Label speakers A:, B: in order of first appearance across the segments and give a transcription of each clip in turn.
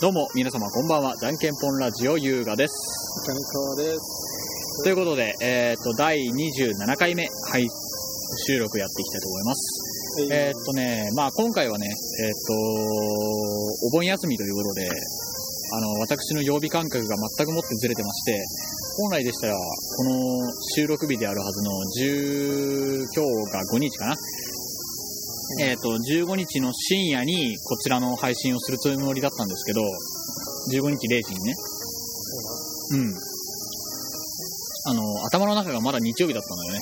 A: どうも皆様こんばんはじゃんけんぽんラジオ優雅です
B: 健康です。
A: ということでえっ、と第27回目はい収録やっていきたいと思いますえっ、とねまあ今回はねえっ、とお盆休みということであの私の曜日感覚が全くもってずれてまして本来でしたらこの収録日であるはずの10今日が5日かなえっ、と、15日の深夜にこちらの配信をするつもりだったんですけど、15日0時にね、うん。あの、頭の中がまだ日曜日だったんだよね。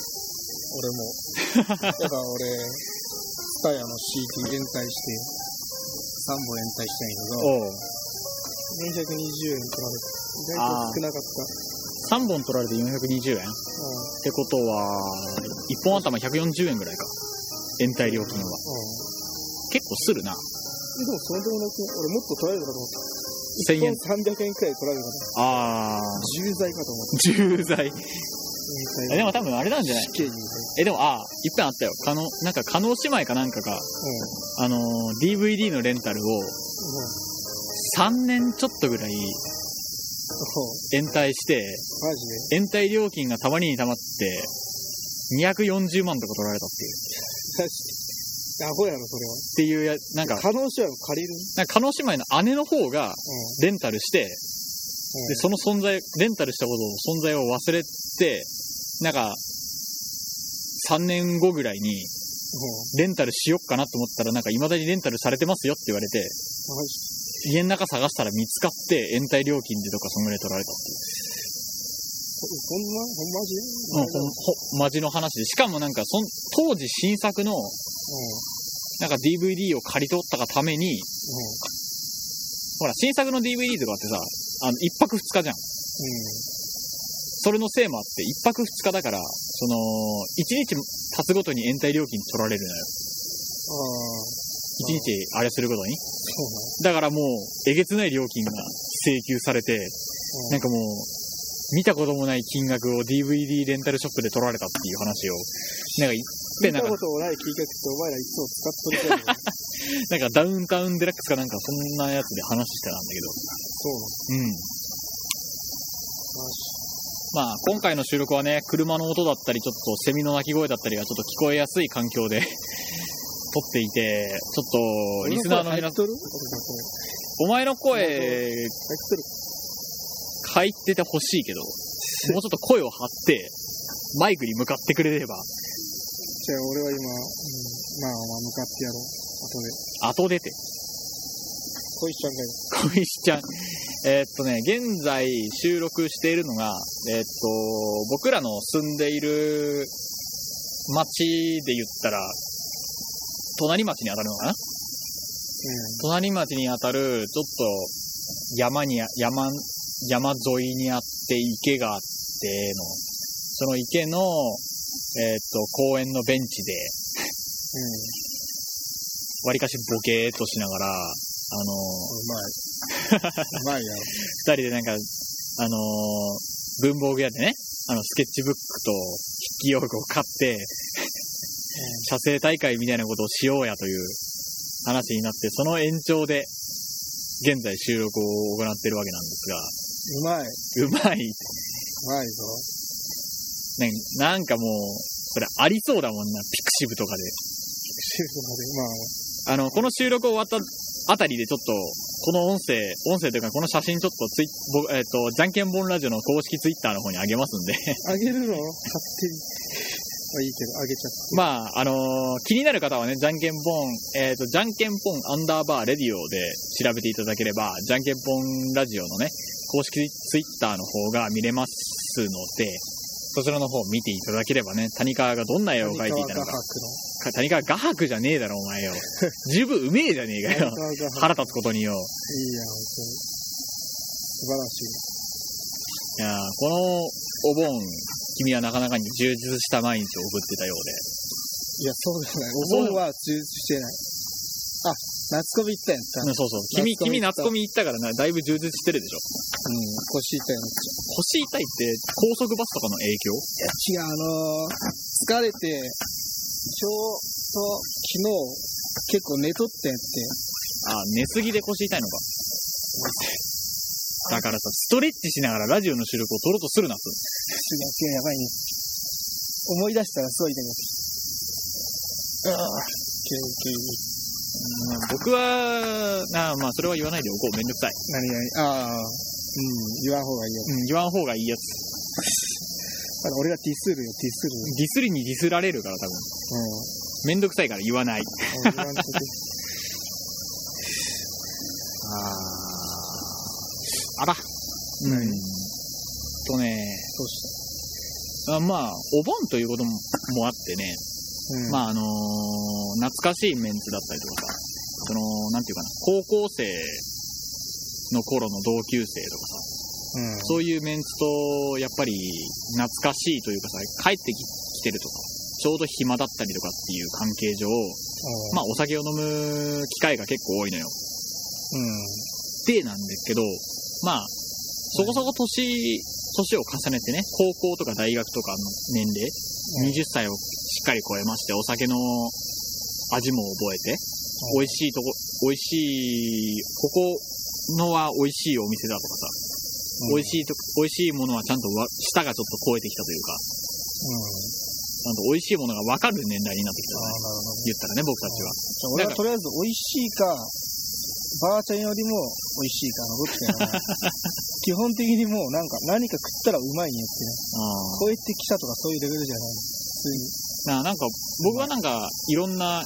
B: 俺も。やっぱ俺、スタヤの CD 延滞して、3本延滞し
A: お
B: たんやけど、420円取られた。意外と少なかっ。
A: 3本取られて420円った
B: うん。うん。
A: てことは、1本頭140円ぐらいか。延滞料金は。結構するな。
B: でもそれでもなく、俺もっと取られるかと思った。
A: 1000円。
B: 1本300円くらい取られるかと思っ
A: あ
B: た。重罪かと思った。
A: ー、重 罪。
B: 延滞
A: でも多分あれなんじゃない
B: 死刑にみたい
A: え、でも、あー、いっぺんあったよ。かの、なんか、加納姉妹かなんかが、あのー DVD のレンタルを、
B: な。うん。うん。
A: 3年ちょっとぐらい延滞して、
B: マ ジで。
A: 延滞料金がたまりにたまって、240万とか取られたっていう。
B: マジで。アホやろ、それは。
A: っていうや、なんか、
B: 可能性は借りる
A: なんか、加納姉妹の姉の方が
B: うん。
A: レンタルして、
B: うん
A: で、その存在、レンタルしたことの存在を忘れて、なんか、3年後ぐらいに、
B: う
A: レンタルしよっかなと思ったら、なんか、未だにレンタルされてますよって言われて、
B: ん。マジで。
A: 家の中探したら見つかって、延滞料金でとか、そんぐらい取られたっていう。
B: ほほんまほんまじ
A: うん、ほん、ほん、マジの話で。しかもなんか、そん、当時新作の、
B: うん。
A: なんか DVD を借り取ったがために、
B: うん。
A: ほら、新作の DVD とかってさ、あの、一泊二日じゃん。
B: うん。
A: それのせいもあって、一泊二日だから、その、一日経つごとに延滞料金取られるのよ。
B: ああ、
A: 一日あれするごとに。
B: そうな
A: だからもう、えげつない料金が請求されて、な
B: の。なんんか、
A: かもう、見たこともない金額を DVD レンタルショップで取られたっていう話を、なんかい、で
B: 見
A: な
B: た
A: んか
B: ことない金額ってお前らいつも使っとるじゃん。そうなの。
A: なんかダウンタウンデラックスかなんかそんなやつで話してたんだけど、うん。
B: マジ。
A: まあ、今回の収録はね、車の音だったり、ちょっとセミの鳴き声だったりがちょっと聞こえやすい環境で撮っていて、ちょっと、リスナーの皆
B: 入っ
A: さん、
B: とる俺の声
A: お前の声、
B: 入っとる。
A: 入っててほしいけど、もうちょっと声を張って、マイクに向かってくれれば、
B: じゃあ俺は今、うん、まあまあ向かってやろう。後で。
A: 後出て。
B: 恋しちゃんがいる。
A: 小石ちゃん。えーっとね、現在収録しているのが、えーっと、僕らの住んでいる町で言ったら、隣町に当たるのかな隣町にあたる、ちょっと山にあ、山、山沿いにあって池があっての、その池の、えーっと、公園のベンチで、
B: うん。うん。
A: わりかしボケーっとしながら、あの
B: うまい。うまいやろ。
A: 二人でなんか、あのー文房具屋でね、あの、スケッチブックと筆記用具を買って、写生大会みたいなことをしようやという話になって、その延長で、現在収録を行ってるわけなんですが、
B: うまい。う
A: うまい。
B: まいぞ。
A: なんなんかもう、それありそうだもんな、ピクシブとかで。
B: シェフまで。まあ、
A: あの、この収録終わったあたりでちょっと、この音声、音声というかこの写真ちょっとツイ僕えっ、と、じゃんけんぽんラジオの公式ツイッターの方にあげますんで、
B: あげるの勝手に。まあいいけど、あげちゃって。
A: まあ、あのー気になる方はね、じゃんけんぽん、えっ、と、じゃんけんぽんアンダーバーレディオで調べていただければ、じゃんけんぽんラジオのね、公式ツイッターの方が見れますので、そちらの方見ていただければね、谷川がどんな絵を描いていたの
B: 谷川画
A: か。
B: 伯の。
A: か谷川画伯じゃねえだろ、お前よ。十分うめえじゃねえか よ
B: 谷。川画伯。
A: 腹立つことによ。
B: いいやん、本当に。素晴らし
A: い
B: い。
A: やーこのお盆、君はなかなかに充実した毎日を送ってたようで。
B: いや、そうじゃない。お盆は充実してない。あ、夏コミ行ったんやった。う。
A: うんんそうそう。君、
B: 夏コ
A: 君
B: ミ行った
A: 夏コミ行ったからな、だいぶ充実してるでしょ。
B: 腰痛いの。
A: 腰痛いって高速バスとかの影響
B: いや、違う、あのー疲れて、今日と昨日、結構寝とったんやって。
A: あ、寝すぎで腰痛いのか。 だからさ、ストレッチしながらラジオの収録を撮ろうとするな、つ
B: すが違う、やばいね。思い出したらすごい痛くなってきた。ああ、ケー
A: うん僕は、なあまあ、それは言わないでおこう。めんどくさい。
B: 何々、ああ、うん、言わん方がいいよ。
A: うん、言わん方がいいやつ。
B: だから俺がディスるよ、ディスるよ。
A: ディスりにディスられるから、多分。
B: うん。
A: めんどくさいから言わない。
B: うん言わんとけ
A: ああら。うん。
B: 何
A: とね、
B: どうし
A: あまあ、お盆ということももあってね、
B: たうん。
A: ま
B: あ、
A: あ、あのー懐かしいメンツだったりとかさ、その、なんていうかな、高校生の頃の同級生とかさ、
B: うん。
A: そういうメンツと、やっぱり懐かしいというかさ、帰ってき来てるとか、ちょうど暇だったりとかっていう関係上、
B: うん
A: まあお酒を飲む機会が結構多いのよ。
B: うん。
A: でなんですけど、まあ、そこそこ年、年を重ねてね、高校とか大学とかの年齢、
B: うん
A: 20歳をしっかり超えまして、お酒の味も覚えて、美味しいとこ、美味しい、ここのは美味しいお店だとかさ、美味
B: い。
A: しいと、美味しいものはちゃんとわ舌がちょっと超えてきたというか、
B: うん。
A: ちゃんと美味しいものが分かる年代になってきた
B: あ
A: よね。
B: あ、なる
A: 言ったらね、
B: ほど。
A: 僕たちは。
B: じゃあ俺はとりあえず美味しいか、ばあちゃんよりも美味しいかの どっちかやな。基本的にもうなんか何か食ったらうまいねってね。
A: あ
B: 超えてきたとかそういうレベルじゃない。
A: ーななんか、僕はなんか、いろんな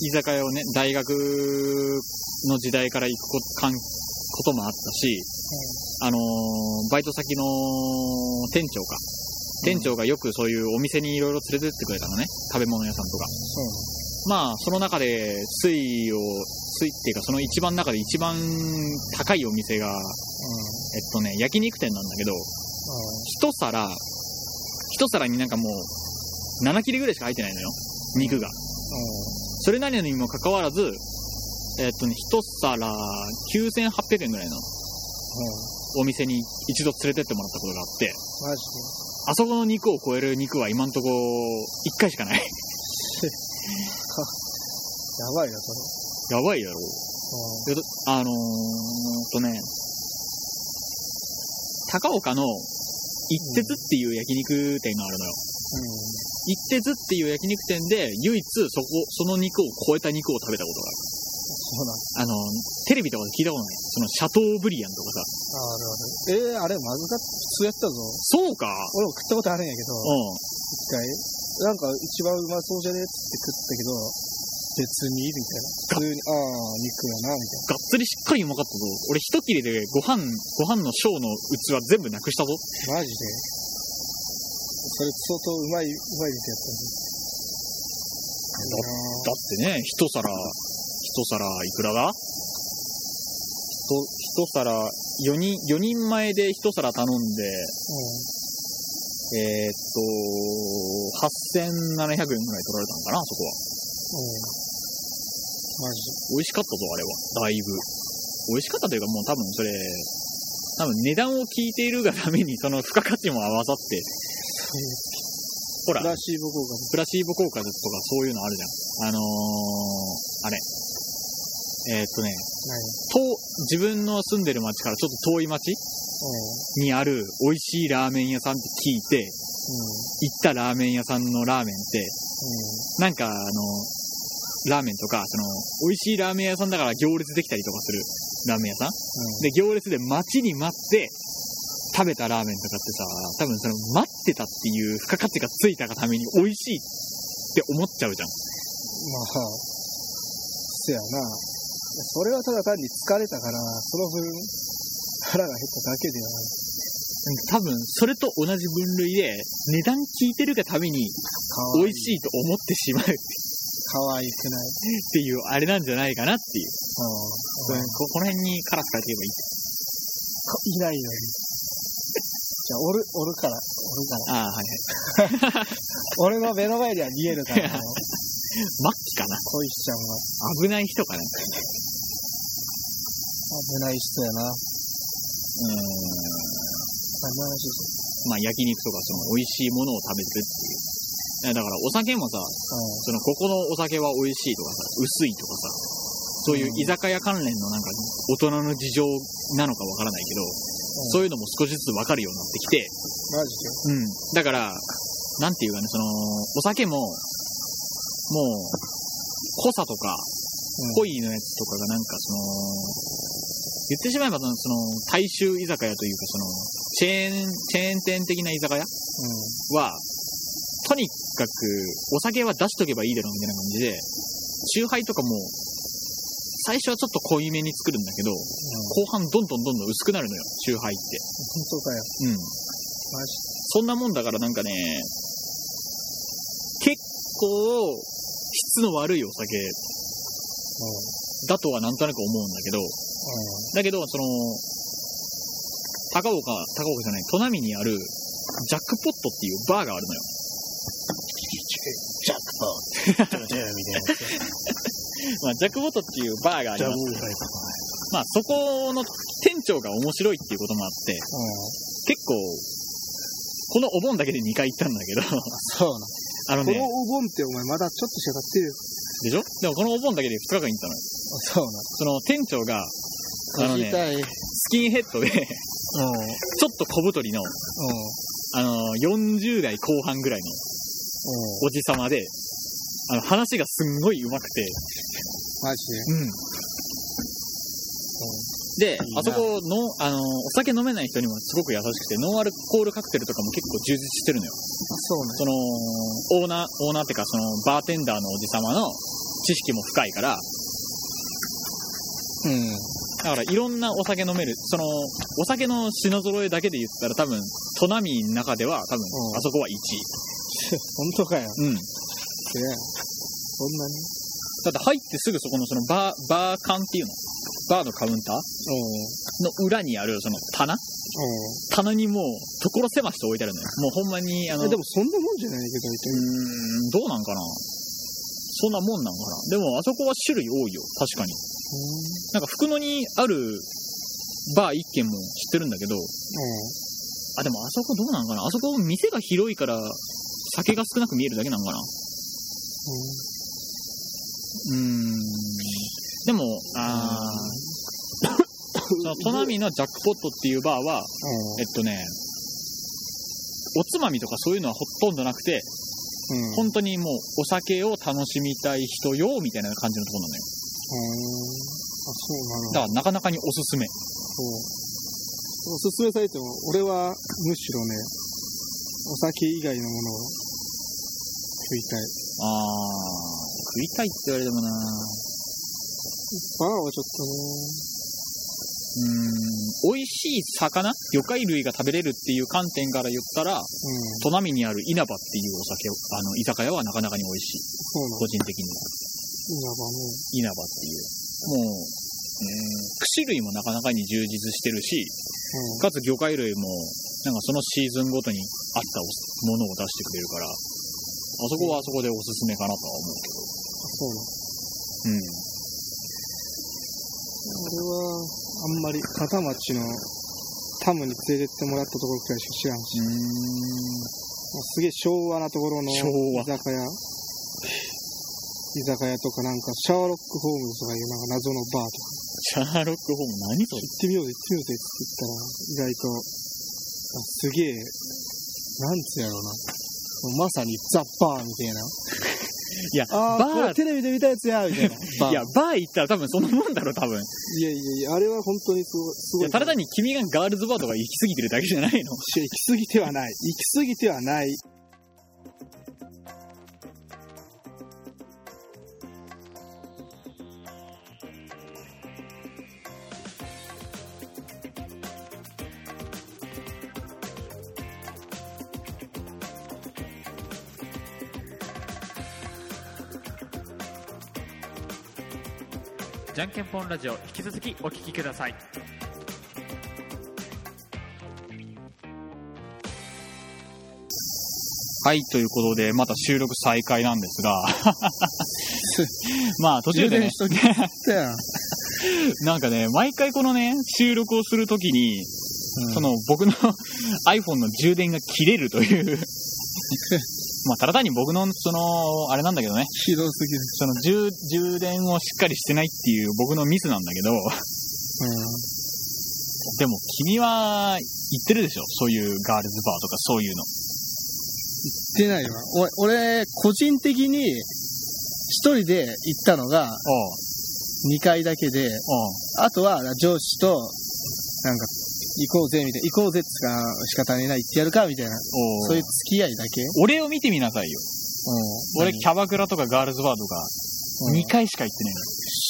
A: 居酒屋をね、大学の時代から行くこかんこともあったし、あのーバイト先の店長か。店長がよくそういうお店にいろいろ連れてってくれたのね。食べ物屋さんとか。
B: 普
A: まあ、その中で、水を、水っていうか、その一番中で一番高いお店が、えっとね、焼肉店なんだけど、一皿、一皿になんかもう、7切れぐらいしか入ってないのよ。肉が。それなりにもかかわらず、えっとね、一皿9800円ぐらいのお店に一度連れてってもらったことがあって、
B: 通に。うん。うん。うん。マジ
A: あそこの肉を超える肉は今んとこ一回しかない。
B: で。やばいな、そ れ。
A: やばいやろ。
B: う
A: よどあのー、とね、高岡の一鉄っていう焼肉店があるのよ。
B: ん。うん。
A: 一鉄っていう焼肉店で唯一そこ、その肉を超えた肉を食べたことが
B: そうなんだ。
A: ある。あの、テレビとかで聞いたことない。そのシャトーブリアンとかさ。
B: ああるある。えー、あれまずかった。普通やったぞ。
A: そうか
B: 俺も食ったことあるんやけど、
A: う
B: 一回。なんか一番うまそうじゃねっつって食ったけど、別にみたいな。普通に、ああ、肉やな、みた
A: ん。
B: い
A: がっつりしっかりうまかったぞ。俺一切れでご飯、ご飯の小の器全部なくしたぞ。
B: な。マジで。それ相当うまい、うまい店
A: だって
B: やったん
A: ね、一皿、一皿いくらだ一一皿、四人、四人前で一皿頼んで、えーっと、8700円ぐらい取られたのかな、そこは。
B: うん。うん。マジで。
A: 美味しかったぞ、あれは。だいぶ。美味しかったというか、もう多分それ、多分値段を聞いているがために、その付加価値も合わさって、ほ
B: プ
A: ら、
B: ラシーボ効果で。
A: プラシーボ効果とかそういうのあるじゃん。あのー、あれ。えーっとね、
B: ない。
A: と、自分の住んでる町からちょっと遠い町にある美味しいラーメン屋さんって聞いて、
B: うん。うん。
A: 行ったラーメン屋さんのラーメンって、
B: うん。
A: なんかあの、ラーメンとか、その、美味しいラーメン屋さんだから行列できたりとかするラーメン屋さん
B: うん。
A: で、行列で待ちに待って、食べたラーメンとかってさ、多分その、待ってたっていう付加価値がついたがために美味しいって思っちゃうじゃん。
B: まあ、そやな。それはただ単に疲れたから、その分、腹が減っただけではない。
A: 多分、それと同じ分類で、値段聞いてるがために、
B: かわ
A: 美
B: い
A: 味しいと思ってしまう
B: かわいくない。
A: っていう、あれなんじゃないかなっていう。
B: うん。か
A: ここの辺にカラスがいればいい。
B: いないのに。じゃあ、おる、おるから、おるから。
A: ああ、はいはい。
B: 俺の目の前には見えるから、もう
A: 末期かな。
B: 恋しちゃうの。
A: 危ない人かな。う
B: 危ない人やな。
A: ーん。
B: 危ない人。
A: まあ、焼肉とか、その、美味しいものを食べてるっていう。だから、お酒もさ、
B: うん。
A: その、ここのお酒は美味しいとかさ、薄いとかさ、そういう居酒屋関連のなんか大人の事情なのかわからないけど、そういうのも少しずつわかるようになってきて、
B: マジで。
A: うん。だから、なんていうかね、その、お酒も、もう、濃さとか、
B: うん
A: 濃いのやつとかがなんかその、言ってしまえばその、その、大衆居酒屋というか、その、チェーン、チェーン店的な居酒屋
B: うん。
A: は、とにかく、お酒は出しとけばいいだろうみたいな感じで、酎ハイとかも、最初はちょっと濃いめに作るんだけど、
B: うん。
A: 後半どんどんどんどん薄くなるのよ、酎ハイっ
B: 本当かよ。
A: て。うん。
B: マジ
A: そんなもんだからなんかね、結構、質の悪いお酒
B: で。うん。
A: だとはなんとなく思うんだけど、
B: う
A: だけど、その、高岡、高岡じゃない、都波にある、ジャックポットっていうバーがあるのよ。
B: ジャックポージャみたいなやつ。
A: まあ、ジャックポットっていうバーがあり
B: ジャ
A: ます。
B: ブーファイとか。
A: まあ、そこの店長が面白いっていうこともあって、
B: うん。
A: 結構、このお盆だけで2回行ったんだけど、
B: そうなの。
A: あの
B: この
A: ね、
B: お盆ってお前まだちょっとしか経ってるよ。
A: でしょでもこのお盆だけで2日間行ったのよ。
B: そう
A: その店長が、あ
B: な
A: の
B: の。
A: ね
B: 聞きたい。うん。うん。
A: スキンヘッドで、ちょっと小太りの、あの、40代後半ぐらいの
B: うん。
A: おじさまで、あの、話がすんごい上手くて、
B: マジで。
A: うん。で、
B: いいな
A: あそこの、あの、お酒飲めない人にもすごく優しくて、ノンアルコールカクテルとかも結構充実してるのよ。
B: あ、そうなの。
A: その、オーナー、オーナーってか、その、バーテンダーのおじさまの知識も深いから、
B: うん。
A: だからいろんなお酒飲める、その、お酒の品揃えだけで言ったら多分、トナミの中では多分
B: う、ん
A: あそこは
B: 本当か
A: 1
B: よ。
A: 位。うん。
B: すげえ。そんなに
A: だって入ってすぐそこのそのバー、バー缶っていうのバーのカウンターの裏にあるその棚
B: う
A: 棚にもう所狭しと置いてあるのよ。もうほんまに、あ
B: ん。う
A: の、
B: ん。え、でもそんなもんじゃないけど、大体
A: うーん、どうなんかなそんなもんなんかなでもあそこは種類多いよ、確かに。
B: う
A: なんか福野にあるバー一軒も知ってるんだけど、
B: ん。うん。
A: あ、でもあそこどうなんかなあそこ店が広いから酒が少なく見えるだけなんかな
B: う
A: うーん。でも、あー、その、トナミのジャックポットっていうバーは、えっとね、おつまみとかそういうのはほとんどなくて、
B: ん。うん。
A: 本当にもうお酒を楽しみたい人用みたいな感じのところなのよ。
B: うん。あ、そうなの。
A: だからなかなかにおすすめ。
B: そう。おすすめされても、俺はむしろね、お酒以外のものを食いたい。
A: あー、食いたいって言われてもな
B: バーはちょっとね、
A: うーん、美味しい魚魚介類が食べれるっていう観点から言ったら、
B: うん、
A: 都波にある稲葉っていうお酒を、あの、居酒屋はなかなかに美味しい。
B: そうな
A: 個。
B: の
A: 人的には。
B: 今
A: 稲葉っ
B: はね、
A: ていう。もう、うん、串類もなかなかに充実してるし、
B: うん。
A: かつ魚介類も、なんかそのシーズンごとに合ったおものを出してくれるから、あそこはあそこでおすすめかなとは思うけ
B: そうな
A: ど。うん。
B: の。俺は、あんまり、片町の、タムに連れてってもらったところくらいしか知らんし、もうすげえ昭和なところの
A: 昭和
B: 居酒屋。居酒屋とかなんか、シャーロック・ホームズとかいうなんか謎のバーとか、
A: シャーロック・ホーム何それ
B: 行ってみようぜ、行ってみようぜって言ったら、意外と、あすげえ、なんつうやろうな。まさにザ・バーみたいな。
A: いや、バ
B: ああ
A: ー、
B: これテレビで見たやつやみた いな。バー
A: いや、バー行ったら多分そんなもんだろ、多分。い
B: いやいやいや、あれは本当にすごい。すごい
A: や、ただ単に君がガールズバーとか行き過ぎてるだけじゃないの。
B: いや行き過ぎてはない。行き過ぎてはない。
A: じゃんけんぽんラジオ、引き続きお聞きください。はい、ということで、また収録再開なんですが、 まあ途中でね、
B: ときたやん。
A: なんかね、毎回このね、収録をするときに、その僕の iPhone の充電が切れるという まあ、ただ単に僕の、その、あれなんだけどね、
B: ひどすぎる。
A: その、充、充電をしっかりしてないっていう僕のミスなんだけど、でも君は、言ってるでしょそういうガールズバーとかそういうの。
B: 出ないわ。お俺、個人的に、一人で行ったのが
A: おう
B: 2回だけ
A: お
B: で、
A: う
B: あとは上司と、なんか、行こうぜ、みたいな、行こうぜっつうか、仕方ねえな、行ってやるか、みたいな、
A: お
B: そういう付き合いだけ。
A: 俺を見てみなさいよ。
B: うん
A: 俺、キャバクラとかガールズバーとか、
B: うん
A: 2回しか行ってないの。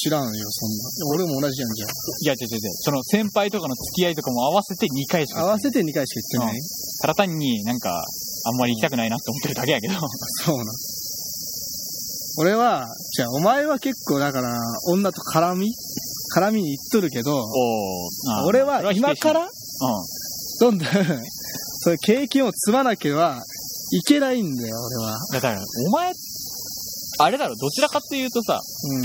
B: 知らんよ、そんな。俺も同じやん、じゃ
A: いや、違う違う違う。その先輩とかの付き合いとかも合わせて2回しか
B: あ。合
A: 行っ
B: わ
A: てない。
B: せて2回しか行ってない、
A: ただ単になんか、あんまり行きたくないなって思ってるだけやけ ど。
B: そうなん。俺は、じゃあ、お前は結構、だから、女と絡み絡みに行っとるけど、
A: おー
B: 俺は今か、ら、
A: それは否定しないうん。
B: どんどん、 そういう経験を積まなければいけないんだよ、俺は。
A: だから、お前、あれだろ、どちらかっていうとさ、
B: うん。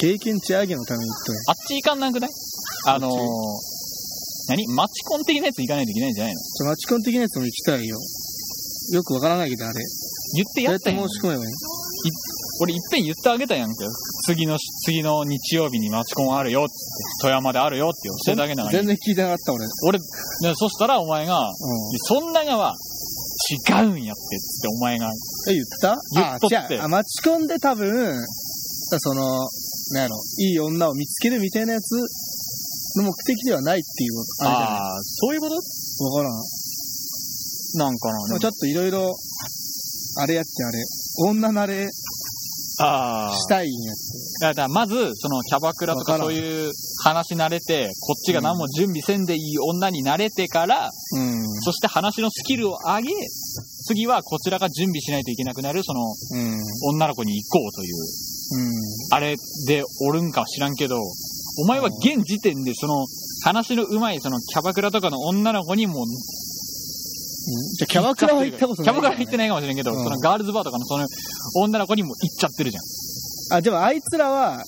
B: 経験値上げのために行っとる。
A: あっち行かんなくないあのー
B: あっち、
A: 何マチコン的なやつ行かないといけないんじゃないの
B: ちょ、マチコン的なやつも行きたいよ。よくわからないけど、あれ。
A: 言って
B: どう
A: や
B: や
A: っ
B: ったて
A: やん
B: 申し込めばいい
A: 俺いっぺん言ってあげたやんけ。次のし、次の日曜日にマチコンあるよっつって、富山であるよって教えてあげながら
B: 全。然聞いてなかった、俺。
A: 俺、ねそしたらお前が、
B: う
A: そんながは、違うんやって、つってお前が。
B: ん。え、言った
A: 言っとって
B: あ、違う。あ、マチコンで多分、その、なんやろ、いい女を見つけるみたいなやつの目的ではないっていう、あれじゃない
A: あー、そういうこと
B: わからん。
A: なんか
B: ま
A: な
B: あ。ちょっといろいろ、あれやってあれ、女慣れ
A: ああ。
B: したいんやって。
A: だからまず、そのキャバクラとか
B: わから
A: そ
B: ん
A: ういう話慣れて、こっちが何も準備せんでいい女になれてから、
B: うん。
A: そして話のスキルを上げ、次はこちらが準備しないといけなくなる、その
B: うん。
A: 女の子に行こうという、
B: うん。
A: あれでおるんかは知らんけど、お前は現時点でその話の上手いそのキャバクラとかの女の子にもう
B: じゃあキャバクラは行ったことない、
A: キャバクラは行ってないかもしれんけど、
B: うん
A: そのガールズバーとかのその女の子にも行っちゃってるじゃん。
B: あ、でもあいつらは、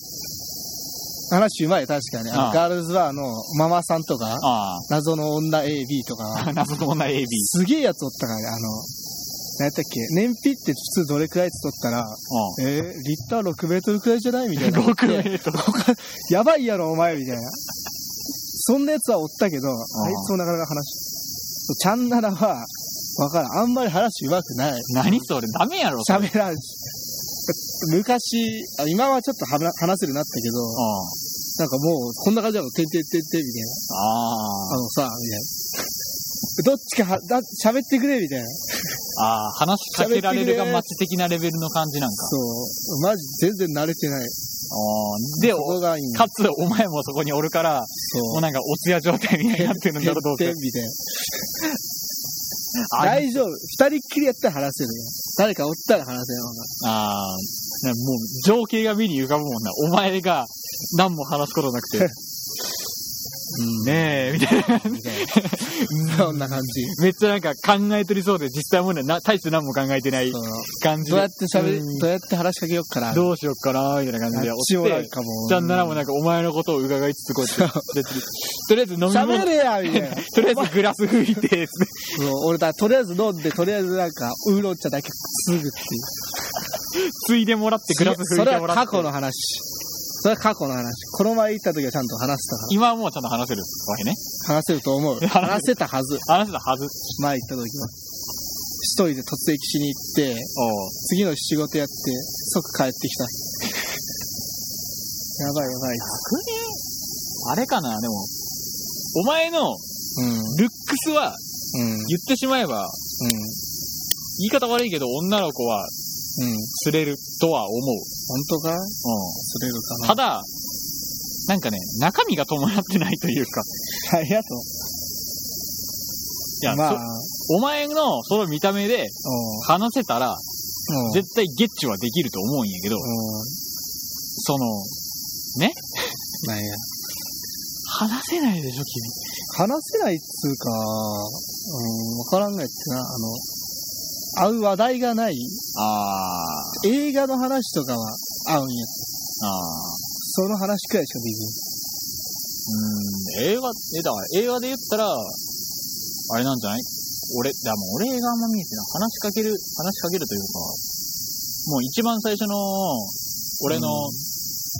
B: 話うまい、確かに。あの
A: ああ
B: ガールズバーのママさんとか、
A: あ
B: 謎の女 AB とか、
A: あ、 謎の女 AB。
B: すげえやつおったからね、あの、何やったっけ、燃費って普通どれくらいって取ったら、えー、リッター6メートルくらいじゃないみた いな。
A: うん。6メートル。
B: やばいやろ、お前、みたいな。そんなやつはおったけど、あいつもなかなか話し、チャンナラは、わからん。あんまり話うまくない。
A: 何それダメやろそれ
B: 喋らんし。昔、あ今はちょっと話話せるようになったけど、
A: うん。
B: なんかもう、こんな感じだろ、てんてんてんてんみたい
A: あ
B: な。あのさ、みたいな。どっちかは、だ、喋ってくれ、みたいな。
A: あ、ああ、話しかけられるがマッチ的なレベルの感じなんか。
B: そう。マジ、全然慣れてな
A: あ
B: い。
A: あで、
B: そこがいいん
A: かつお前もそこにおるから、も
B: そうう。
A: なんかお通夜状態みたいになってるんだろうどう
B: てんて
A: せ
B: ん。みたいな。
A: あ
B: 大丈夫。二人っきりやったら話せるよ。誰かおったら話せるよ。
A: あーねもう情景が目に浮かぶもんな。お前が何も話すことな くて、
B: うん
A: ねえ、みたいな。
B: みたいな。そんな感じ。
A: めっちゃなんか考えとりそうで、実際もね、な大して何も考えてない
B: そう
A: 感じ
B: どうや
A: で
B: っ、て喋り
A: うん、
B: どうやって話しかけようかな。
A: どうしよっかな、みたいな感じで、
B: あっ
A: おっ
B: ちもなん
A: て、
B: かもう。
A: ちゃんならもなんかお前のことを伺いつつ、こうやって、とりあえず飲み物
B: 喋れや、みたいな。
A: とりあえずグラス拭いて、つって
B: そう俺だ、とりあえず飲んで、とりあえずなんか、ウーロン茶だけすぐっていう。
A: ついでもらって、グラス拭
B: そ
A: い
B: れ
A: て
B: は
A: もら
B: 過
A: って
B: 去。の話。それは過去の話。この前行った時はちゃんと話せたか
A: 今はもうちゃんと話せるわけね。
B: ら。話せると 思う。
A: 話せる
B: 話せたはず。
A: 話せたはず。
B: 前行った時は。一人で突撃しに行って、
A: おう
B: 次の仕事やって、即帰ってきた。 やばいやばい。
A: あれかな、でも。お前の
B: うん。うん。
A: ルックスは
B: うん。
A: 言ってしまえば、言い方悪いけど女の子は
B: うん。
A: 釣れるとは思う。
B: 本当か
A: う
B: 釣れるか
A: ん。
B: な
A: ただ、なんかね、中身が伴ってないというか、
B: ありがとう。
A: いや、
B: まあ、
A: そお前のその見た目で話せたら、
B: うん。うん。
A: 絶対ゲッチュはできると思うんやけど、
B: うん。
A: その、
B: なんや。
A: 話せないでしょ、
B: 話せないっつうか、うん、わからんがやってな、あの、会う話題がない、
A: 君。あー。
B: 映画の話とかは合うんや。
A: あー。
B: その話くらいしかできん。
A: うーん、映画、え、だから映画で言ったら、あれなんじゃない俺、だ、もう俺があんま見えてない。話しかける、話しかけるというか、もう一番最初の、俺の
B: うん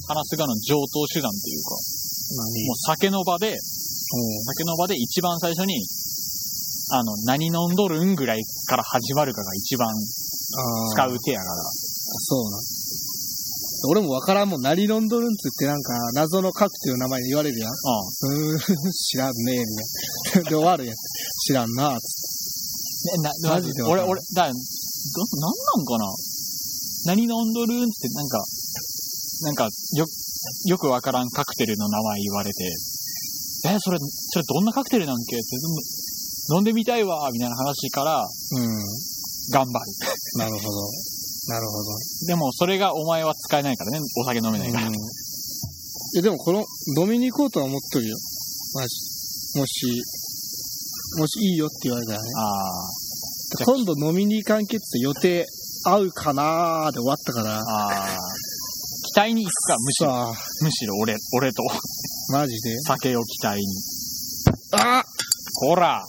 A: 話す側の上等手段っていうか、
B: 何
A: もう酒の場で、酒の場で一番最初に、あの、何飲んどるんぐらいから始まるかが一番使
B: あー
A: う手やから。
B: そうな。俺もわからんもん、何飲んどるんつってなんか、謎のカクテルの名前で言われるやん。
A: うん。
B: うーん、知らんねえ、みたいな。で、終わるやん。知らんなあ、つって。
A: え、な、
B: マジでわ
A: 俺、
B: かんない
A: 俺、だ、ど、なんなんかな何飲んどるんつって、なんか、なんか、よ、よくわからんカクテルの名前言われて、え、それ、それどんなカクテルなんけって、飲んでみたいわ、みたいな話から、
B: うん。
A: 頑張る。
B: なるほど。なるほど。
A: でも、それがお前は使えないからね、お酒飲めないから。
B: うんえ、でもこの、飲みに行こうとは思っとるよ。マジ。もし、もしいいよって言われたらね。
A: あじゃあ
B: 今度飲みに行かんけっつって予定合うかなーで終わったから。
A: あ、ああ、期待に行くか、むしろ、
B: さあ、
A: むしろ俺、俺と、
B: マジで。
A: 酒を期待に。
B: あ
A: こら、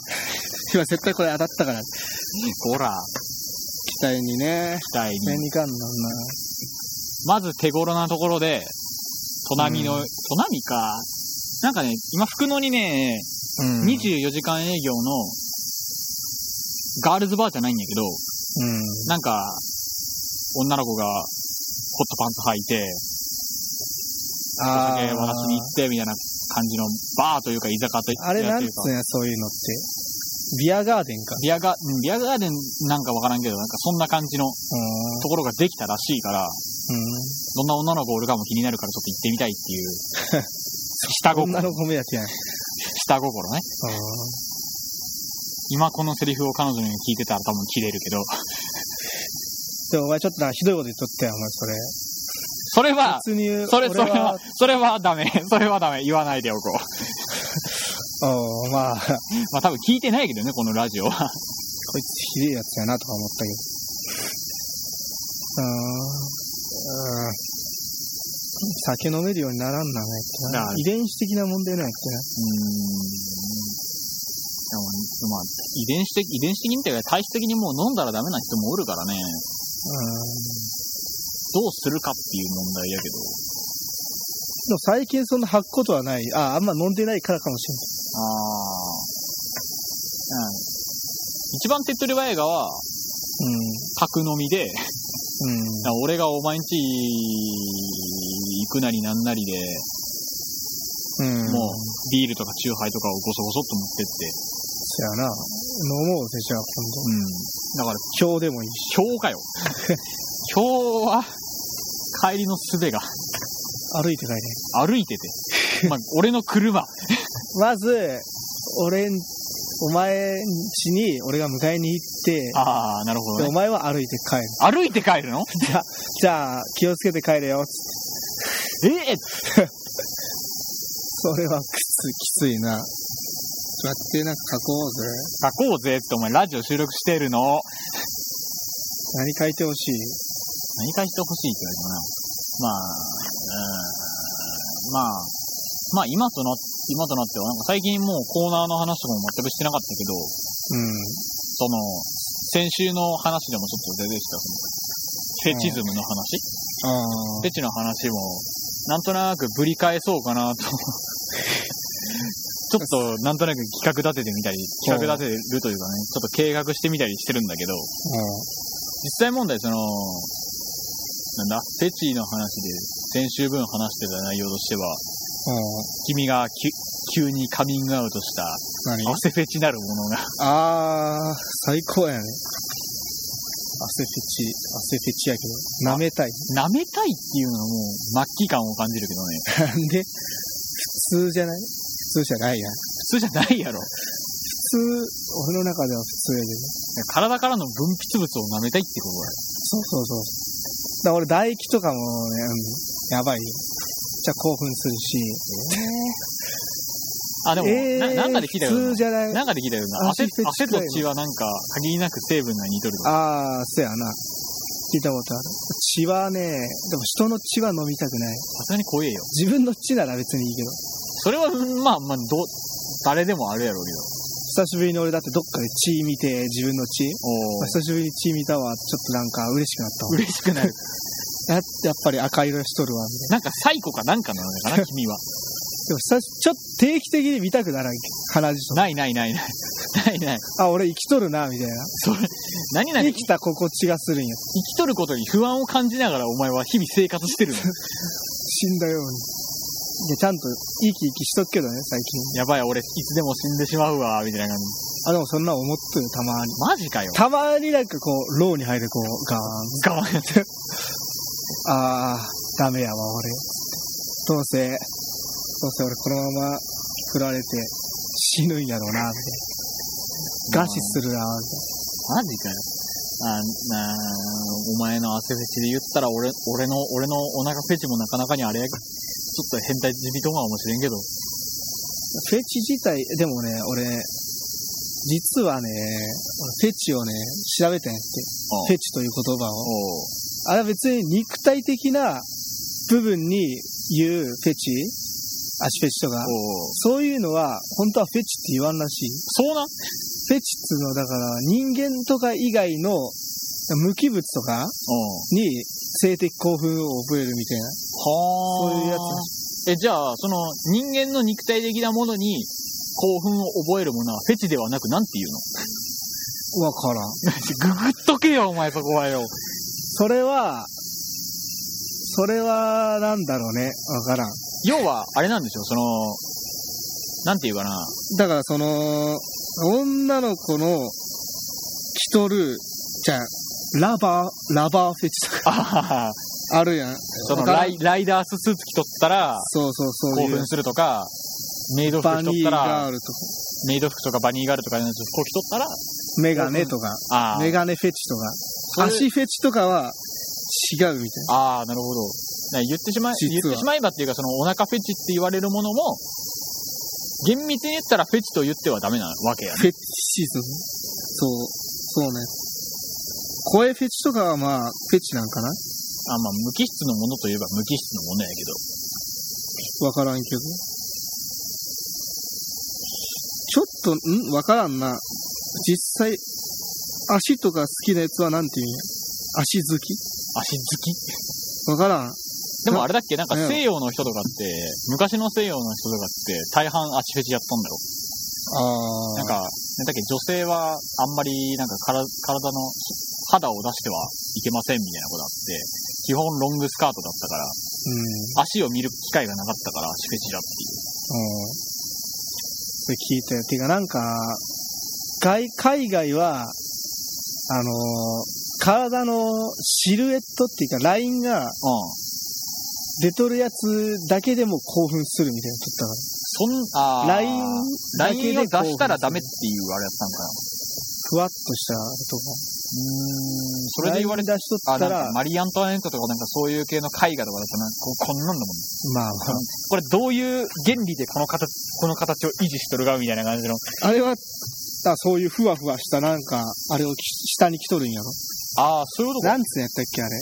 B: 今絶対これ当たったから、
A: こら、
B: 期待にね。
A: 期待
B: 期
A: に
B: 待。に行かんなんな。
A: まず手頃なところで、トナミの、
B: うん
A: トナミか。なんかね、今、福野にね、
B: うん
A: 24時間営業の、ガールズバーじゃないんやけど、
B: うん。
A: なんか、女の子が、ホットパンツ履いて、お
B: あ
A: 酒を出しに行って、みたいな感じの、バーというか、居酒屋というか。
B: あれなんつうんや、そういうのって。ビアガーデンか。
A: ビアガ、うんビアガーデンなんかわからんけど、なんかそんな感じの
B: うん。
A: ところができたらしいから、
B: うん。
A: どんな女の子おるかも気になるからちょっと行ってみたいっていう、 下
B: 女
A: 心、
B: の子目当てやん。うん。
A: 下心ね。今このセリフを彼女に聞いてたら多分切れるけど、
B: でもお前ちょっとな、ひどいこと言っとったよ、お前それ。
A: それは、
B: 別に、
A: それ、
B: 俺
A: それは、それはダメ。 それはダメ。言わないでおこう。
B: うん、まあ、こ
A: まあ多分聞いてないけどね、このラジオは。
B: いつひでえやつやなとか思ったけど。うーん。うん。酒飲めるようにならんな、ないって
A: な
B: な
A: あ。
B: 遺伝子的な問題ない
A: うー
B: って
A: ん。でも、まあ、遺伝子的、遺伝子的にっていうか体質的にもう飲んだらダメな人もおるからね、
B: な。うん。
A: どうするかっていう問題やけど。
B: でも最近そんな吐くことはない。あ、あんま飲んでないからかもし
A: ああ。うん。一番手っ取り早いがは、
B: れない。
A: 宅飲みで、
B: うん。うん。
A: だから 俺がお前んち行くなりなんなりで、
B: うん。
A: もう、ビールとかチューハイとかをごそごそっと持ってって。
B: そやな。飲もうぜ、じゃあ
A: うん。だから、
B: 今度。今日でもいいし。
A: 今日か よ。今日は、帰りのすべが、
B: 歩いて帰れ。
A: 歩いてて。 まあ、俺の車。
B: まず、俺ん、お前ん家に俺が迎えに行って、
A: ああ、なるほ
B: で
A: ど
B: お
A: ね。
B: 前は歩いて帰る。
A: 歩いて帰るの
B: じゃあ、じゃあ、気をつけて帰れよ。つって
A: ええ
B: それはきつい、きついな。そうやってなんか書こうぜ。
A: 書こうぜってお前ラジオ収録してるの。
B: 何書いてほしい
A: 何かしてほしいって言われてもな。まあ、うーん、まあ、まあ今とな、今となっては、なんか最近もうコーナーの話とかも全くしてなかったけど、
B: うん。
A: その、先週の話でもちょっと出てきた、その、フェチズムの話、
B: あ
A: フェチの話も、なんとなくぶり返そうかなと。ちょっと、なんとなく企画立ててみたり、企画立てるというかね、ちょっと計画してみたりしてるんだけど、実際問題、その、なんだ、フェチの話で、先週分話してた内容としては、
B: あ。うん。うん。
A: 君がき急にカミングアウトした、
B: 何
A: 汗フェチなるものが、
B: あー、最高やね。汗フェチ、汗フェチやけど、舐めたい。
A: 舐めたいっていうのはもう、末期感を感じるけどね。
B: なんで、普通じゃない普通じゃないやん。
A: 普通じゃない やろ。
B: 普通、俺の中では普通やけど。
A: 体からの分泌物を舐めたいってことだよ。
B: そうそうそう。だから俺、唾液とかもね、うん、やばいよ。じゃあ興奮するし。
A: あ、でも、
B: え
A: な
B: ー
A: なんかで聞いたよ
B: 普通じゃない。
A: なんかで聞いたよな。汗
B: 汗って
A: 汗と
B: 近いの
A: 血はなんか、限りなく成分が似とるとか。
B: あー、そやな。聞いたことある。血はね、でも人の血は飲みたくない。
A: さすがに怖えよ。
B: 自分の血なら別にいいけど。
A: それは、まあまあ、どう、誰でもあるやろうけど。
B: 久しぶりに俺だってどっかで血見て、自分の血。
A: お
B: まあ久しぶりに血見たわ。ちょっとなんか嬉しくなったわ。
A: 嬉しくな る。
B: だってやっぱり赤色しとるわ、みたいな。
A: なんかサイコかなんかなの かな、君は。
B: でも久し、ちょっと定期的に見たくならんけ。鼻血とか。
A: ないないないない。ないない。
B: あ、俺生きとるな、みたいな。
A: それ、何々
B: 生きた心地がするんや。
A: 生きとることに不安を感じながらお前は日々生活 してるの。
B: 死んだように。で、ちゃんと生き生きしとくけどね、最近。
A: やばい、俺いつでも死んでしまうわ、みたいな感じ。
B: あ、でもそんな思っとるよ、たまに。
A: マジかよ。
B: たまになんかこう、ローに入る、こう、ガーン。
A: 我慢して。
B: あー、ダメやわ、俺。どうせ、どうせ俺このまま振られて死ぬんやろうな、みたいな。餓死するな、み
A: マジかよ。あなあお前の汗フェチで言ったら俺、俺の、俺のお腹フェチもなかなかにあれやけどちょっと変態地味とかもしれんけど。
B: たいな。フェチ自体、でもね、俺、実はね、俺フェチをね、調べたんやって。フ
A: フェ
B: ェチという言葉を。
A: おう
B: あれは別に肉体的な部分に言うフェチ足フェチとか。
A: おう
B: そういうのは、本当はフェチって言わんらしい。
A: そうなん
B: フェチっつうのは、だから、人間とか以外の無機物と
A: お
B: か
A: う
B: に性的興奮を覚えるみたいな。
A: はあ。
B: そういうやつ
A: え、じゃあ、その人間の肉体的なものに興奮を覚えるものはフェチではなくなんて言うの
B: わから
A: グ
B: ん。
A: グっとけよ、お前そこはよ。
B: それは、それは、なんだろうね。わからん。
A: 要は、あれなんでしょその、なんて言うかな。
B: だから、その、女の子の着とる、じゃあラバー、ラバーフェチとか
A: あはは
B: あるやん。
A: その
B: わから
A: ラ
B: ん
A: イライダーススーツ着とったら
B: そうそうそう
A: 興
B: いう
A: 奮。するとか、メイド服
B: バ
A: 着とっ
B: ニー
A: た
B: ガ
A: ら
B: ー、ルとか、
A: メイド服とかバニーガールとかの服着とったら、
B: メガネとか、
A: ああ、
B: メガネフェチとか。
A: それ
B: 足フェチとかは違うみたいな。
A: ああ、なるほど。な言ってしまえ、
B: 実は
A: 言ってしまえばっていうか、そのお腹フェチって言われるものも、厳密に言ったらフェチと言ってはダメなわけやね。
B: フェチズムそう、そうね。声フェチとかはまあ、フェチなんかな
A: あまあ、無機質のものといえば無機質のものやけど。
B: わからんけど。ちょっと、んわからんな。実際、足とか好きなやつはなんていうんや足好き
A: 足好き
B: わからん。
A: でもあれだっけなんか
B: うん
A: 西洋の人とかって、昔の西洋の人とかって大半足フェチやったんだよ。
B: あ
A: なんか、なんだっけ、女性はあんまりなんかから体の肌を出してはいけませんみたいなことあって、基本ロングスカートだったから、
B: うん。
A: 足を見る機会がなかったから足フェチだっていう。
B: うん。それ聞いたよ。てか、なんか、外、海外は、あのー体のシルエットっていうか、ラインが
A: うん。
B: 出とるやつだけでも興奮するみたいなの撮っ
A: そん、あ
B: たから。ライン
A: ラ
B: だ
A: イ
B: け
A: ンを
B: で
A: 出したらダメっ
B: 興奮す
A: て
B: る
A: いうあれやったんかな。
B: ふわっとしたとか。
A: うーん、それで言われて、
B: ライン出しと
A: あ、
B: っ
A: な
B: た
A: ん
B: ら
A: か、マリー・アントワネットとかなんかそういう系の絵画とかだとなんかこうこんなんだもんね。
B: まあ、
A: これどういう原理でこの形、この形を維持しとるかみたいな感じの。
B: あれは、あそういうふわふわしたなんか、あれをき下に来とるんやろ。
A: ああ、そういうことか。
B: なんつうのやったっけ、あれ。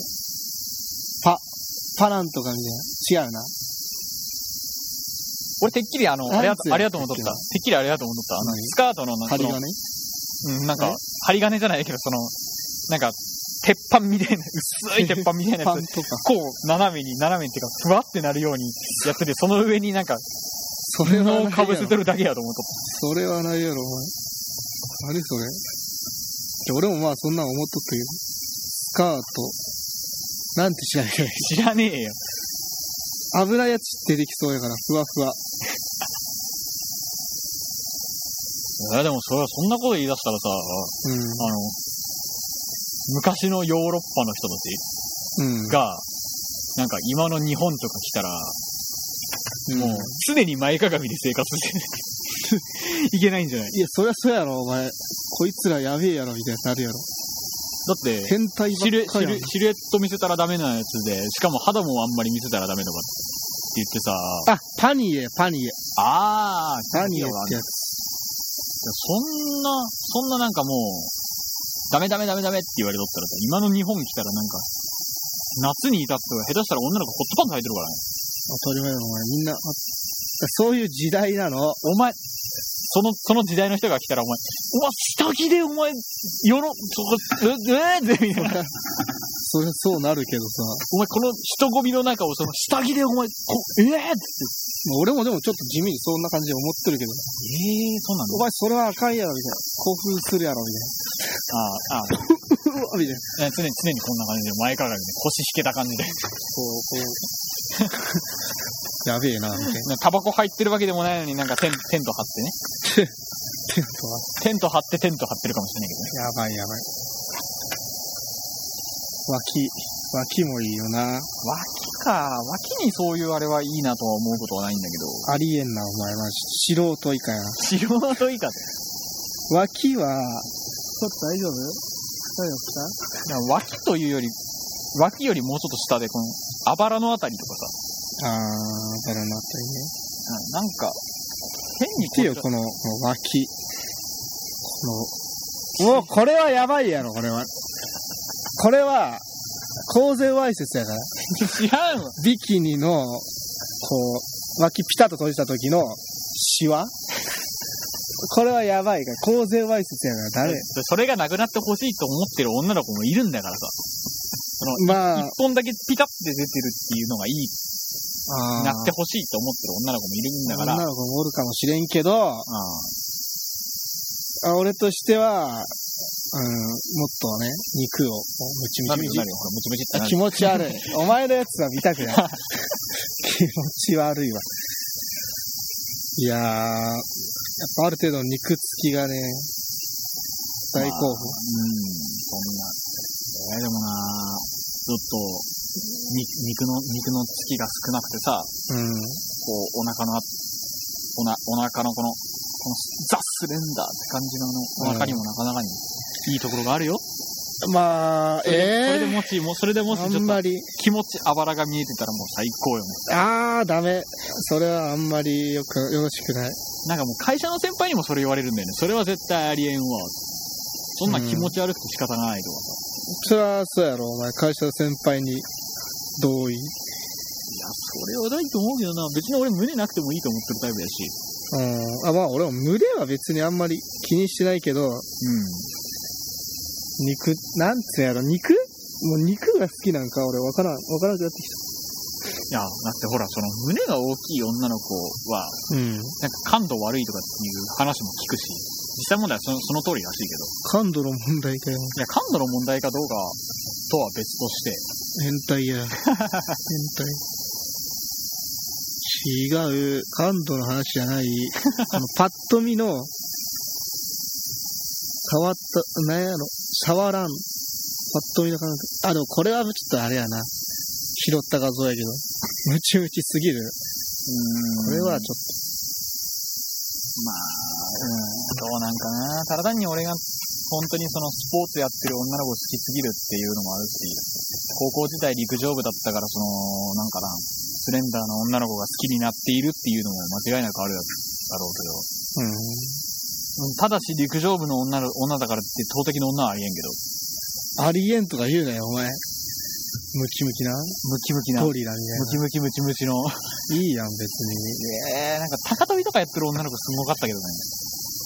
B: パ、パランとかみたいな。違うな。
A: 俺てっきりあの、あれや
B: なんつうやつ
A: あれやと思っとった。て
B: だ
A: っ
B: っけな
A: きりあれやと思っとった。あの、
B: 何
A: スカートのなんか
B: 針
A: その
B: 金
A: うん、なん
B: え
A: か、針金じゃないけど、その、なんか、鉄板みたいな、薄い鉄板みたいなや
B: パ
A: つ
B: ン。とか。
A: こう、斜めに、斜めにっていうか、ふわってなるようにやってて、その上になんか、
B: それは
A: 布を
B: な
A: か
B: い
A: ぶ
B: や
A: せ
B: ろ
A: て。るだけやと思っとっ
B: それはないやろ、お前。あれそれ。で俺もまあそんなん思っとったけど。スカート。なんて調べればい
A: た。知らねえよ。
B: い危ないやつ出てきそうやから、ふわふわ。
A: えでもそれはそんなこと言い出したらさ、
B: うん。
A: あの、昔のヨーロッパの人たち
B: うん。
A: が、なんか今の日本とか来たら、も
B: ん
A: う常に前かがみで生活してる いけないんじゃない
B: いや、そりゃそうやろ、お前。こいつらやべえやろ、みたいになるやろ。
A: だって、
B: 変態
A: シル
B: ばっ
A: シ
B: かりや
A: ル
B: ん。
A: シルエット見せたらダメなやつで、しかも肌もあんまり見せたらダメとかって言ってさ、
B: あ、パニエ、パニエ。
A: あー、
B: パニエっ
A: が
B: てやつ。
A: そんな、そんななんかもう、ダメダメダメダメって言われとったらさ、今の日本来たらなんか、夏に至っては下手したら女の子ホットパンツ履いてるからね。
B: 当たり前だろ、お前。みんな。あそういう時代なの。
A: お前、その、その時代の人が来たら、お前、お前、下着で、お前、よろ、そこ、え、えー、ってみたいな。
B: それそうなるけどさ、
A: お前、この人混みの中を、その、下着で、お前、こえー、って。え
B: まあ俺もでもちょっと地味にそんな感じで思ってるけど、
A: ー、そうなん
B: お前それはあかんやろ、みたいな。興奮するやろ、
A: だ。ああ、ああ、
B: みたいな。うわみたいな。
A: 常に、常にこんな感じで、前かがみで腰引けた感じで。
B: こう、こ う。やべえな、みたいな。
A: タバコ入ってるわけでもないのになんかテンテント張ってね。
B: テントは、
A: テント張ってテント張ってるかもしれないけどね。
B: やばいやばい。脇、脇もいいよな。
A: 脇か。脇にそういうあれはいいなとは思うことはないんだけど。
B: ありえんな、お前は。素人以下やな。
A: 素人以下で。
B: 脇は、ちょっと大丈夫大丈夫か
A: いや脇というより、脇よりもうちょっと下で、この、あばらのあたりとかさ、
B: あー、だろうなったりね。
A: ななんか、変に
B: 見てよ、
A: こ
B: この、この脇。この、おこれはやばいやろ、これは。これは、公然わいせつやから。
A: う知らんわ。
B: ビキニの、こう、脇ピタッと閉じた時の、シワこれはやばいから、公然わいせつやから、ダメ。
A: それがなくなってほしいと思ってる女の子もいるんだからさ。
B: まあ
A: 一、本だけピタッて出てるっていうのがいい、
B: あー
A: なってほしいと思ってる女の子もいるんだから。
B: 女
A: あ
B: の子もおるかもしれんけど、
A: あ
B: あ俺としては、うん、もっとね、肉を、こうムチム
A: な
B: チ
A: る
B: ム
A: よ、
B: チ
A: なるよ。ほら、もちもちって
B: あ
A: なる
B: 気持ち悪い。お前のやつは見たくない。 気持ち悪いわ。いやー、やっぱある程度の肉付きがね、大
A: う
B: 興奮。
A: ん、そんな。えー、でもなちょっと、に肉の、肉のつきが少なくてさ、
B: うん。
A: こう、お腹のあ、おな、お腹のこの、このザ・スレンダーって感じのあの、お腹にもなかなかに、いいところがあるよ。
B: まあ、
A: それでそれ
B: え
A: で
B: え
A: もし、もうそれでもし
B: あ
A: ちょ
B: ん
A: っと
B: まり、
A: 気持ちあばらが見えてたらもう最高よ、ね。
B: あー、ダメ。それはあんまりよく、よろしくない。
A: なんかもう会社の先輩にもそれ言われるんだよね。それは絶対ありえんわ。そんな気持ち悪くて仕方がないとかさ。
B: それはそうやろ、お前。会社の先輩に同意。
A: いや、それはないと思うけどな。別に俺胸なくてもいいと思ってるタイプやし。
B: うん。あ、まあ、俺も群れは別にあんまり気にしてないけど、
A: うん。
B: 肉、なんつうやろ、肉もう肉が好きなんか俺わからん、わからなくなってき
A: いや、だってほら、その胸が大きい女の子は、
B: た。うん。
A: なんか感度悪いとかっていう話も聞くし、実際問題はそのその通りらしいけど、
B: 感度の問題だよ。
A: いや、感度の問題かどうかとは別として、
B: 変態 や。変態。違う。感度の話じ ゃない。あの、パッと見の、変わった、なんやろ、触らん。パッと見の感覚。あ、でもこれはちょっとあれやな。拾った画像やけど。ムチムチすぎる。こ
A: こ
B: れ
A: れ
B: は
A: は、
B: ちょっ
A: まあ、うん、どうなんかな。ただ単に俺が、本当にそのスポーツやってる女の子好きすぎるっていうのもあるし、高校時代陸上部だったから、その、なんかな、スレンダーな女の子が好きになっているっていうのも間違いなくあるだろうけど、う
B: と。うん。
A: んただし陸上部の女の女だからって投擲の女はありえんけど、
B: ありえんとか言うなよ、お前。ムキムキな
A: ムキムキな、ム
B: ゴリラみ
A: キムキムチムチの。
B: たいな。いいやん、別に。
A: えー、なんか高跳びとかやってる女の子すごかったけどね。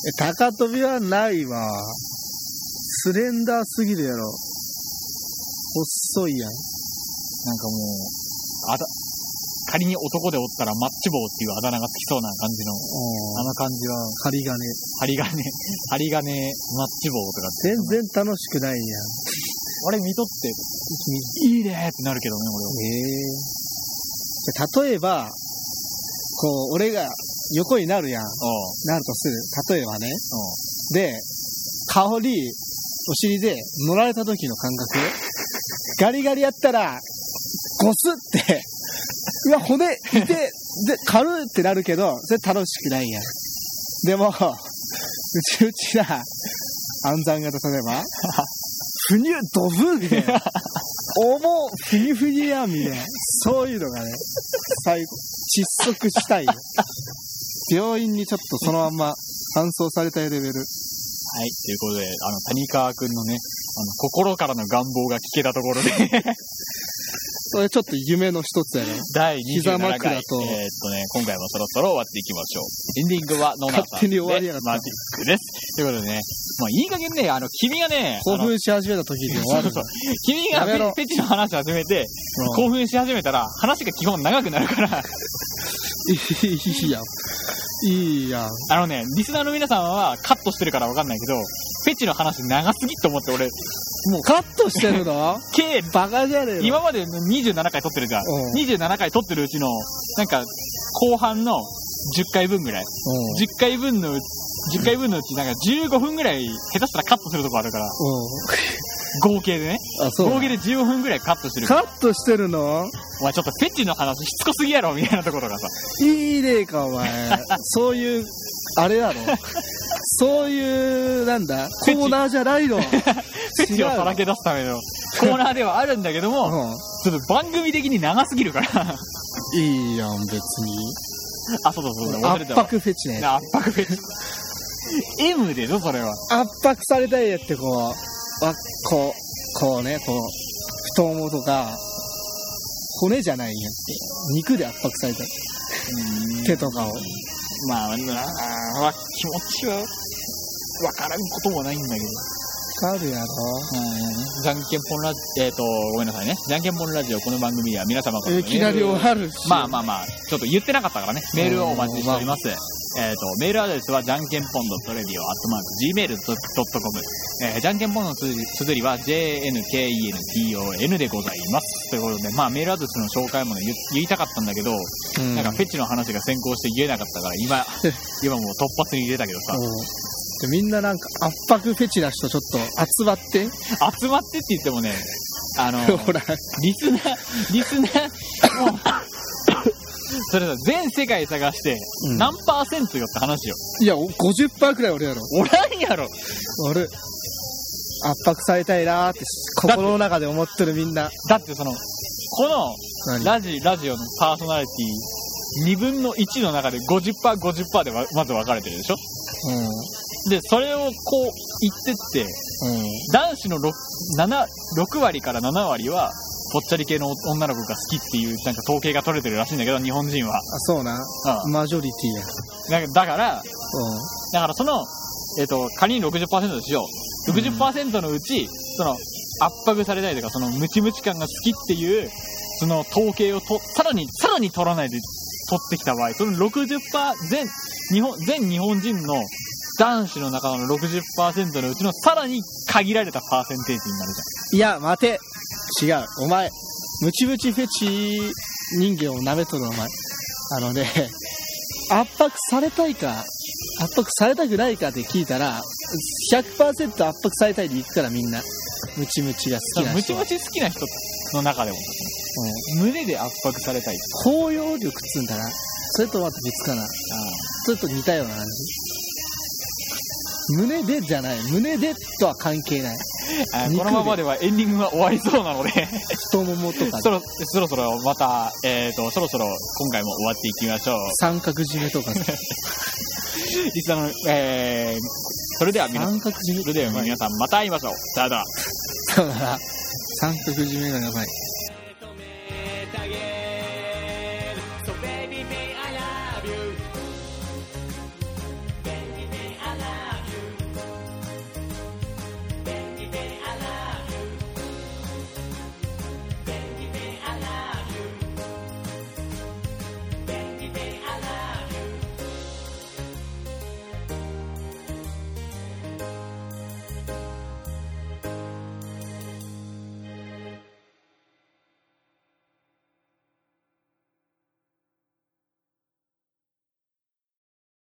B: え、高跳びはないわ。スレンダーすぎるやろ。細いやん。
A: なんかもう、あだ、仮に男でおったらマッチ棒っていうあだ名がつきそうな感じの、あ
B: うん。
A: の感じは、
B: 針金。
A: 針 金、針金、マッチ棒とか
B: 全然楽しくないやん。
A: 俺見とって、いいねってなるけどね、俺は。
B: ええじゃ、例えば、こう、俺が横になるやん。
A: あ
B: なるとする。例えばね。
A: あ、ああ。
B: で、顔に、お尻で乗られた時の感覚。ガリガリやったら、ゴスって、 うわ、骨、痛て、で、軽いってなるけど、それ楽しくないやん。でも、うちうちな、暗算型例えば、 ふにゅ、ドブみたいな。重っ、ふにゅふにゅやん、みたいな。そういうのがね、最後、窒息したいよ。病院にちょっとそのまんま搬送されたいレベル。
A: はい、ということで、あ の、谷川くんのね、あの、心からの願望が聞けたところで、
B: それちょっと夢の一つやな。
A: 第
B: 膝
A: 27回。
B: 枕と
A: えーっとね、今回もそろそろ終わっていきましょう。エンディングはノナさん。
B: 勝手に終わりやがった
A: マジックです。ということでね、まあいい加減ね、あの、君がね、
B: 興
A: あの
B: 奮し始めた時に終わる
A: そう。そう君が
B: やめろ
A: ペペチの話始めて、
B: うん
A: 興奮し始めたら、話が基本長くなるから、
B: いいやん。いいやん。
A: あのね、リスナーの皆さんはカットしてるからわかんないけど、ペチの話長すぎと思って俺、
B: カットしてるの
A: 計、
B: バカじゃ ねえの
A: 今まで27回撮ってるじゃん。
B: うん。うん。
A: 27回撮ってるうちの、なんか、後半の10回分ぐらい。10回分のうち、10回分のうち、なんか15分ぐらい、下手したらカットするとこあるから、
B: う
A: 合計でね。
B: ん。あ、そう
A: 合。計で15分ぐらいカットしてるから。
B: カットしてるの
A: お前ちょっとペチの話しつこすぎやろ、みたいなところがさ。
B: いい例か、お前。そういう、あれやろ。そういう、なんだコ
A: フェチ
B: ーナーじゃ ないの。違
A: ペチを
B: う
A: さらけ出すためのコーナーではあるんだけども、
B: う
A: ちょっと番組的に長すぎるから。
B: ん。いいやん、別に。
A: あ、そうそうそう、忘れ
B: 圧
A: てたわ。
B: 迫フェチね。
A: な圧迫フェチ。M でしょ、それは。
B: 圧迫されたいやって、こう、わ、こう、こうね、こう、太ももとか、骨じゃないんやって。肉で圧迫されたい。手とかを。
A: まあ、なあ気持ちは、わからんこともないんだけど。
B: わかるやろ
A: うんじゃんけんぽんラジオ、えっ、と、ごめんなさいね。じゃんけんぽんラジオ、この番組では皆様からの
B: いきなり
A: メールを
B: 終わるし。
A: まあまあまあ、ちょっと言ってなかったからね、メールをお待ちしております。えっ、と、メールアドレスは、じゃんけんぽん .radio、gmail.com。えー、じゃんけんぽんのつづ綴りは、jnkenpon でございます。ということで、まあ、メールアドレスの紹介もね、言言いたかったんだけど、
B: あ。
A: なんかフェチの話が先行して言えなかったから、今、今もう突発に入れたけどさ、
B: うんでみんななんか圧迫フェチな人ちょっと集まって。
A: 集まってって言ってもね、あの、
B: ほら、
A: リスナー、リスナー、もう、それさ、全世界探して、何パーセントよって話よ。
B: いや、お50%くらい俺やろ。
A: おらんやろ
B: 俺、圧迫されたいなーって心の中で思ってるみんな。
A: だってその、この
B: 何
A: ラジ、ラジオのパーソナリティ、2分の1の中で50%、50%でわまず分かれてるでしょ
B: うん。
A: で、それをこう言ってって、
B: うん。
A: 男子の 6, 7 6割から7割は、ぽっちゃり系の女の子が好きっていう、なんか統計が取れてるらしいんだけど、日本人は。
B: あ、そうな。
A: うん
B: マジョリティや。
A: なんかだから、
B: うん。
A: だからその、えっ、と、仮に60%でしよう。60%のうち、その、圧迫されたりとか、その、ムチムチ感が好きっていう、その、統計をと、さらに、さらに取らないで取ってきた場合、その60%、全、日本、全日本人の男子の中の60%のうちの、さらに限られたパーセンテージになるじ
B: いや、待て違う。お前、ムチムチフェチ人間を舐めとるお前。あのね、圧迫されたいか、圧迫されたくないかって聞いたら、100%圧迫されたいで行くからみんな。ムチムチが好
A: ゃん。その
B: きな
A: ムチ
B: 人は。
A: ムチ好きな人の中でも、胸で圧迫されたい。
B: うん包容力っつうんだな。それとまた別かな。それと似たような感じ。胸でじゃない。胸でとは関係ない。
A: あー
B: 肉で
A: このままではエンディングが終わりそうなので。
B: 太ももとか、
A: そろそろそろまた、えっ、と、そろそろ今回も終わっていきましょう。
B: 三角締め とか、
A: リスナーの、えー、それでは皆さん、
B: 三角締め
A: それでは皆さんまた会いましょう。さよなら。
B: そうだな。三角締めがやばい。